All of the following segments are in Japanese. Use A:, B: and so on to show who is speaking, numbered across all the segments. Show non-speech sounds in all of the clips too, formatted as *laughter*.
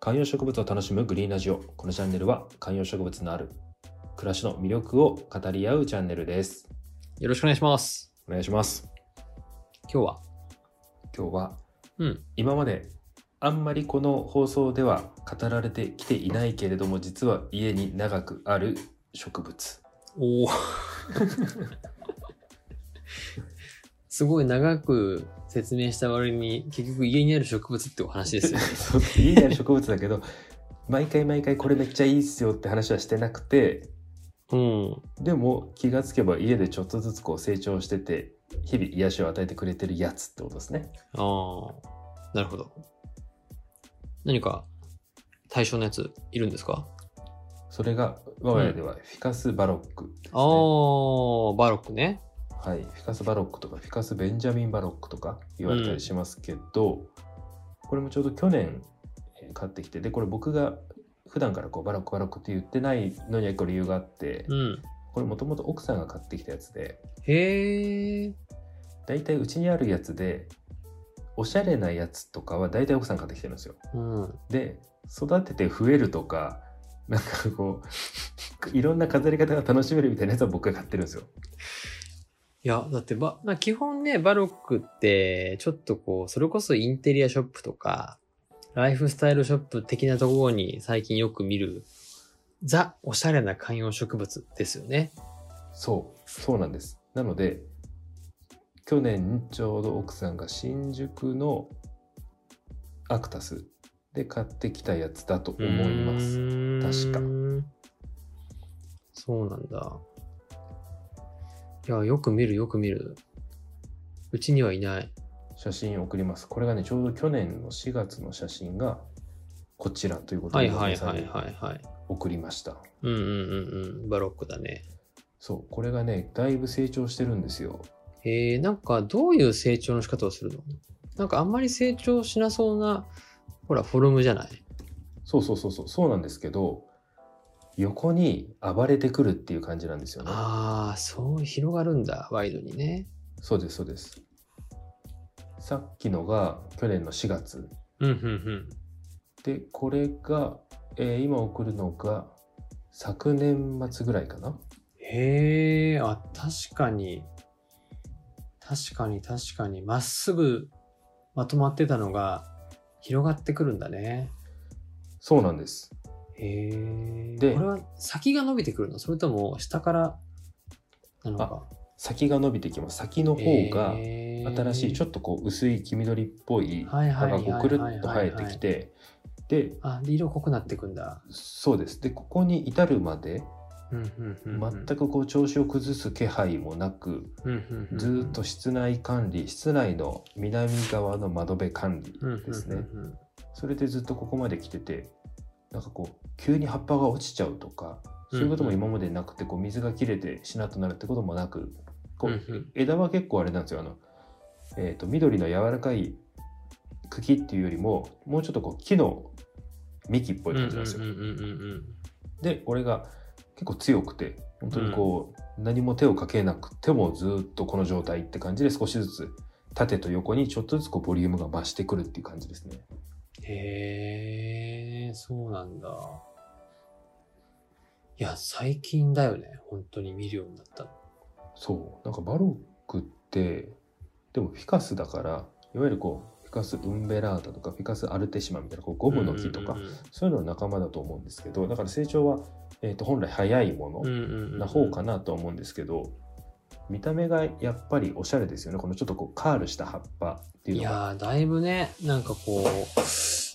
A: 観葉植物を楽しむグリーンラジオこのチャンネルは観葉植物のある暮らしの魅力を語り合うチャンネルです
B: よろしくお願いします。
A: お願いします
B: 今日は。
A: 今日は
B: うん。
A: 今まであんまりこの放送では語られてきていないけれども実は家に長くある植物
B: おお。 *laughs* すごい長く説明した割に結局家にある植物ってお話ですよね。
A: そう家にある植物だけど毎回毎回これめっちゃいいっすよって話はしてなくて
B: *laughs* うん。
A: でも気がつけば家でちょっとずつこう成長してて日々癒しを与えてくれてるやつってことですね
B: ああ。なるほど。何か対象のやついるんですか
A: それが我が家ではフィカスバロックですね、
B: ああー、バロックね。
A: はい、フィカスバロックとかフィカスベンジャミンバロックとか言われたりしますけど、これもちょうど去年えー買ってきてでこれ僕が普段からこうバロックバロックって言ってないのには一個理由があって、
B: うん。
A: これもともと奥さんが買ってきたやつで
B: へえ。
A: だいたいうちにあるやつでおしゃれなやつとかはだいたい奥さんが買ってきてるんですよ。
B: うん。
A: で育てて増えるとかなんかこう *laughs* いろんな飾り方が楽しめるみたいなやつは僕が買ってるんですよ。
B: いや、だってば、まあ、基本ね、バロックって、ちょっとこう、それこそインテリアショップとか、ライフスタイルショップ的なところに最近よく見る、ザ・おしゃれな観葉植物ですよね。
A: そう、そうなんです。なので、去年ちょうど奥さんが新宿のアクタスで買ってきたやつだと思います。
B: す
A: 確か
B: 確か。そうなんだ。いや、よく見る、よく見る。うちにはいない。
A: 写真送ります。これがね、ちょうど去年の4月の写真がこちらということ
B: は
A: で、
B: いはい
A: 皆さ
B: は
A: ん
B: い
A: に
B: はいはい。
A: 送りました。
B: うんうんうんうん。バロックだね。
A: そう、これがね、だいぶ成長してるんですよ。
B: えー、なんかどういう成長の仕方をするのなんかあんまり成長しなそうな、ほら、フォルムじゃない
A: そうそうそうそう、そうなんですけど、横に暴れてくるっていう感じなんですよね。
B: ああ、そう広がるんだ、ワイドにね。
A: そうです、そうです。さっきのが去年の4月。
B: うん、うん、
A: で、これが、えー今送るのが昨年末ぐらいかな。
B: うん。へえ、あ、確かに。確かに、確かに。まっすぐまとまってたのが、広がってくるんだね。
A: そうなんです。
B: へえ。
A: で
B: これは先が伸びてくるのそれとも下からなのか。
A: 先が伸びてきます。先の方が
B: へー
A: 新しい、ちょっとこう薄い黄緑っぽい
B: はい
A: 葉
B: はい
A: が
B: はいはい
A: こ
B: は
A: う
B: い
A: くるっと生えてきて、で、
B: あ、で、色濃くなってくんだ。
A: そうです。で、ここに至るまで全
B: 全
A: くこう調子を崩す気配もなく、
B: く
A: ずーっと室内管理、室内の南側の窓辺管理ですね。それでずっとここまで来ててなんかこう急に葉っぱが落ちちゃうとかそういうことも今までなくてこう水が切れてしなっとなるってこともなくこう、
B: うんうん
A: 枝は結構あれなんですよあの、えー、と緑の柔らかい茎っていうよりももうちょっとこう木の幹っぽい感じなんですよ。で俺が結構強くて本当にこう、何も手をかけなくてもずっとこの状態って感じで少しずつ縦と横にちょっとずつこうボリュームが増してくるっていう感じですね。
B: へえそうなんだいや最近だよね本当に見るようになったの
A: そうなんかバロックってでもフィカスだからいわゆるこうフィカスウンベラータとかフィカスアルテシマみたいなこうゴムの木とか、
B: うん
A: そういうのの仲間だと思うんですけどだから成長は、えー、と本来早いも
B: うん
A: の
B: うんうんうんうん
A: な方かなとは思うんですけど、見た目がやっぱりおしゃれですよねこのちょっとこうカールした葉っぱっていう
B: い
A: のが
B: やーだいぶねなんかこう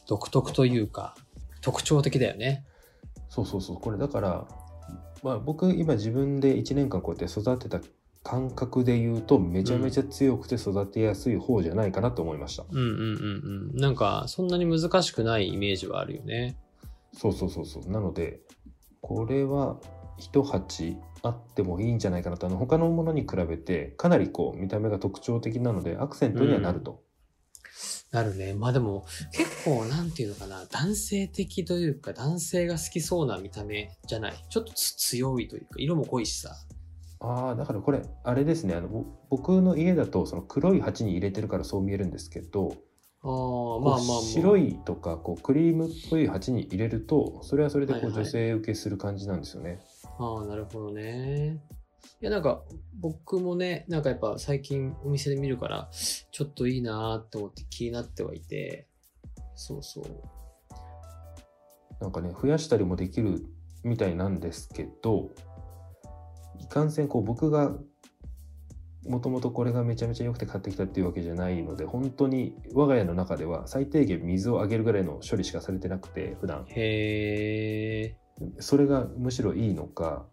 B: 独特というか特徴的だよね
A: そうそうそうこれだから、まあ、僕今自分で1年間こうやって育てた感覚で言うとめちゃめちゃ強くて育てやすい方じゃないかなと思いました。
B: うんうんうんうんなんかそんなに難しくないイメージはあるよね
A: そうそうそうそう。なので、これは一鉢あってもいいんじゃないかなと、あの他のものに比べて、かなりこう見た目が特徴的なので、アクセントにはなると。
B: なるね。まあでも、結構、なんていうのかな、男性的というか、男性が好きそうな見た目じゃない。ちょっとつ強いというか、色も濃いしさ。
A: ああ、だからこれ、あれですね、あのぼ僕の家だと、その黒い鉢に入れてるからそう見えるんですけど、
B: ああ、まあまあま
A: こ
B: あ。
A: う白。いとかこうクリームっぽい鉢に入れるとそれはそれでこう
B: はいはい
A: 女性受けする感じなんですよね。
B: ああ、なるほどね。いや、なんか、僕もね、なんかやっぱ最近お店で見るから、ちょっといいなーって思って気になってはいて、そうそう。
A: なんかね増やしたりもできるみたいなんですけどいかんせんこう僕がもともとこれがめちゃめちゃ良くて買ってきたっていうわけじゃないので本当に我が家の中では最低限水をあげるぐらいの処理しかされてなくて普段
B: へえ。
A: それがむしろいいのか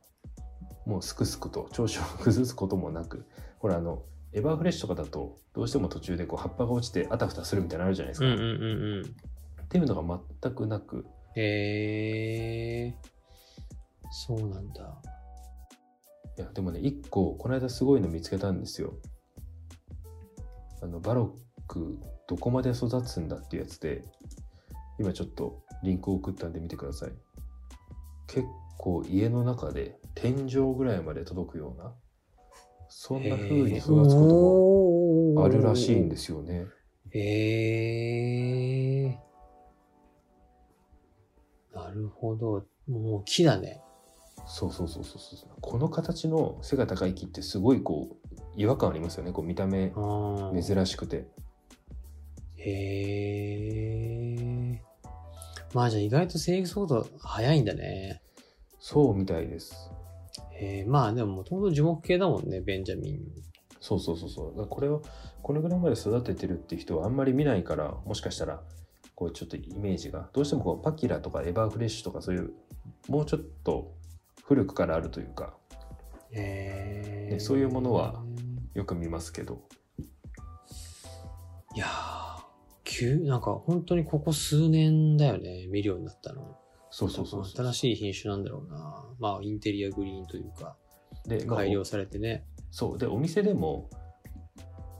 A: もうすくすくと調子を崩すこともなくほらあのエバーフレッシュとかだとどうしても途中でこう葉っぱが落ちてあたふたするみたいなのあるじゃないです
B: う
A: か、
B: んうんうんうん。
A: っていうのが全くなく
B: へえ。そうなんだ。
A: いやでもね一個この間すごいの見つけたんですよあのバロックどこまで育つんだっていうやつで今ちょっとリンクを送ったんで見てください結構家の中で天井ぐらいまで届くようなそんな風に育つこと
B: と。
A: があるらしいんですすよね
B: へえ。なるほど。もう木だね。
A: そうそうそうそうそうこの形の背が高い木ってすごいこう違和感ありますよねこう見た目
B: ああ。
A: 珍しくて
B: へえ。まあじゃあ意外と生育速度早いんだね。
A: そうみたいです
B: へえ。まあでももともと樹木系だもんね、ベンジャミン。
A: そうそうそうそうだからこれをこのぐらいまで育ててるって人はあんまり見ないからもしかしたらこうちょっとイメージがどうしてもこうパキラとかエバーフレッシュとかそういうもうちょっと古くからあるというか
B: へえ。
A: ねそういうものはよく見ますけど
B: いやー、急、なんか本当にここ数年だよね、見るようになったの。
A: そうそうそうそう
B: 新しい品種なんだろうな。まあ、インテリアグリーンというか、
A: で,、まあ、
B: 改良されてね。
A: そうでお店でも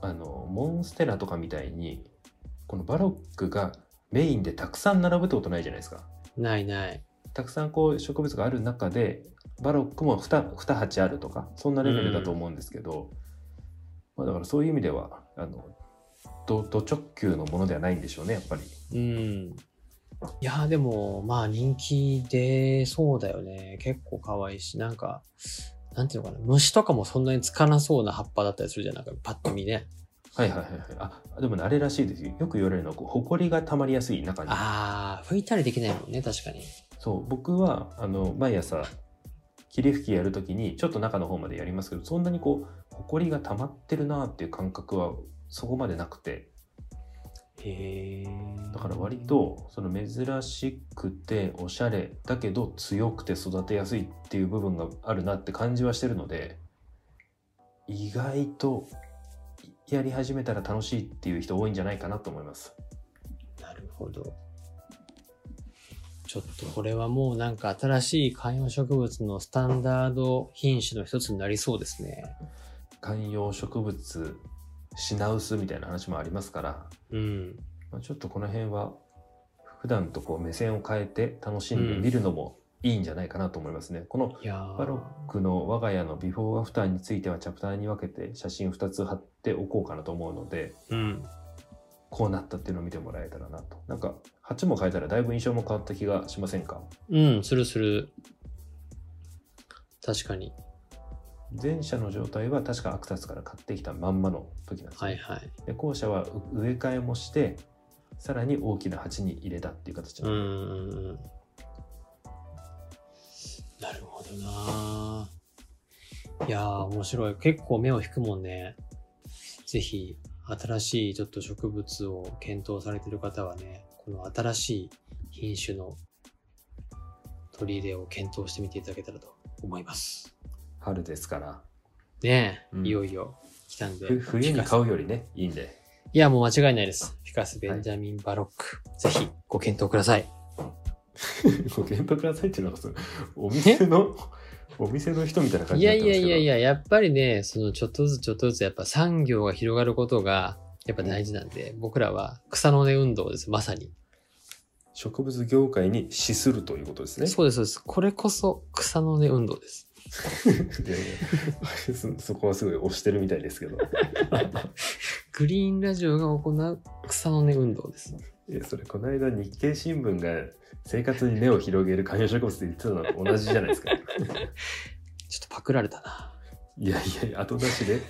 A: あのモンステラとかみたいにこのバロックがメインでたくさん並ぶってことないじゃないですか
B: ないない。
A: たくさんこう植物がある中でバロックも 2, 2鉢あるとかそんなレベルだと思うんですけど、まあ、だからそういう意味ではあのどど直球のものではないんでしょうねやっぱり
B: うん。いやー、でも、まあ人気で、そうだよね。結構可愛いし、なんか、なんていうのかな、虫とかもそんなにつかなそうな葉っぱだったりするじゃん。なんかパッと見ね。
A: はいはいはいはいあでもねあれらしいですよよく言われるのはこうほこりがたまりやすい中に
B: あー、拭いたりできないもんね、確かに。
A: そう僕はあの毎朝霧吹きやるときにちょっと中の方までやりますけどそんなにこうほこりが溜まってるなっていう感覚はそこまでなくて
B: へー。
A: だから割、とその珍しくておしゃれだけど強くて育てやすいっていう部分があるなって感じはしてるので意外とやり始めたら楽しいっていう人多いんじゃないかなと思います。
B: なるほど。ちょっとこれはもうなんか新しい観葉植物のスタンダード品種の一つになりそうですね。
A: 観葉植物品薄みたいな話もありますから、
B: うん。
A: まあ、ちょっとこの辺は普段とこう目線を変えて楽しんでみるのもいいんじゃないかなと思いますね。この
B: いやー
A: バロックの我が家のビフォーアフターについてはチャプターに分けて写真2つ貼っておこうかなと思うので
B: うん。
A: こうなったっていうのを見てもらえたらなとなんか鉢も変えたらだいぶ印象も変わった気がしませんか
B: うん、するする。確かに。
A: 前者の状態は確かアクタスから買ってきたまんまの時なんです、ね
B: はいはい。
A: で後者はう植え替えもしてさらに大きな鉢に入れたっていう形
B: う
A: なんの、
B: うんうん。なるほどなーいやー、面白い。結構目を引くもんね。ぜひ、新しいちょっと植物を検討されてる方はね、この新しい品種の取り入れを検討してみていただけたらと思います。
A: 春ですから
B: ねえ、
A: うん
B: いよいよ来たんで。
A: ふ冬に
B: フィカ
A: 買
B: ス
A: うよりねいいん *laughs* で
B: いや、もう間違いないです。フィカス・ベンジャミン・バロック。ぜひ、ご検討ください。
A: ご検討くださいっていうのがそのお店のお店の人みたいな感
B: い
A: じに
B: や
A: なって
B: い
A: ま
B: や
A: すけど
B: いやいや、やっぱりね、そのちょっとずつちょっとずつやっぱ産業が広がることがやっぱ大事なんで、僕らは草の根運動です、まさに。
A: 植物業界に資するということですね。
B: そうです、そうです。これこそ草の根運動です。
A: いやいやそそこはすごい押してるみたいですけど。
B: グリーンラジオが行う草の根運動です。
A: えそれこの間日経新聞が生活に根を広げる観葉植物って言ってたのと同じじゃないですかい
B: ちょっとパクられたな。
A: やいや後出しで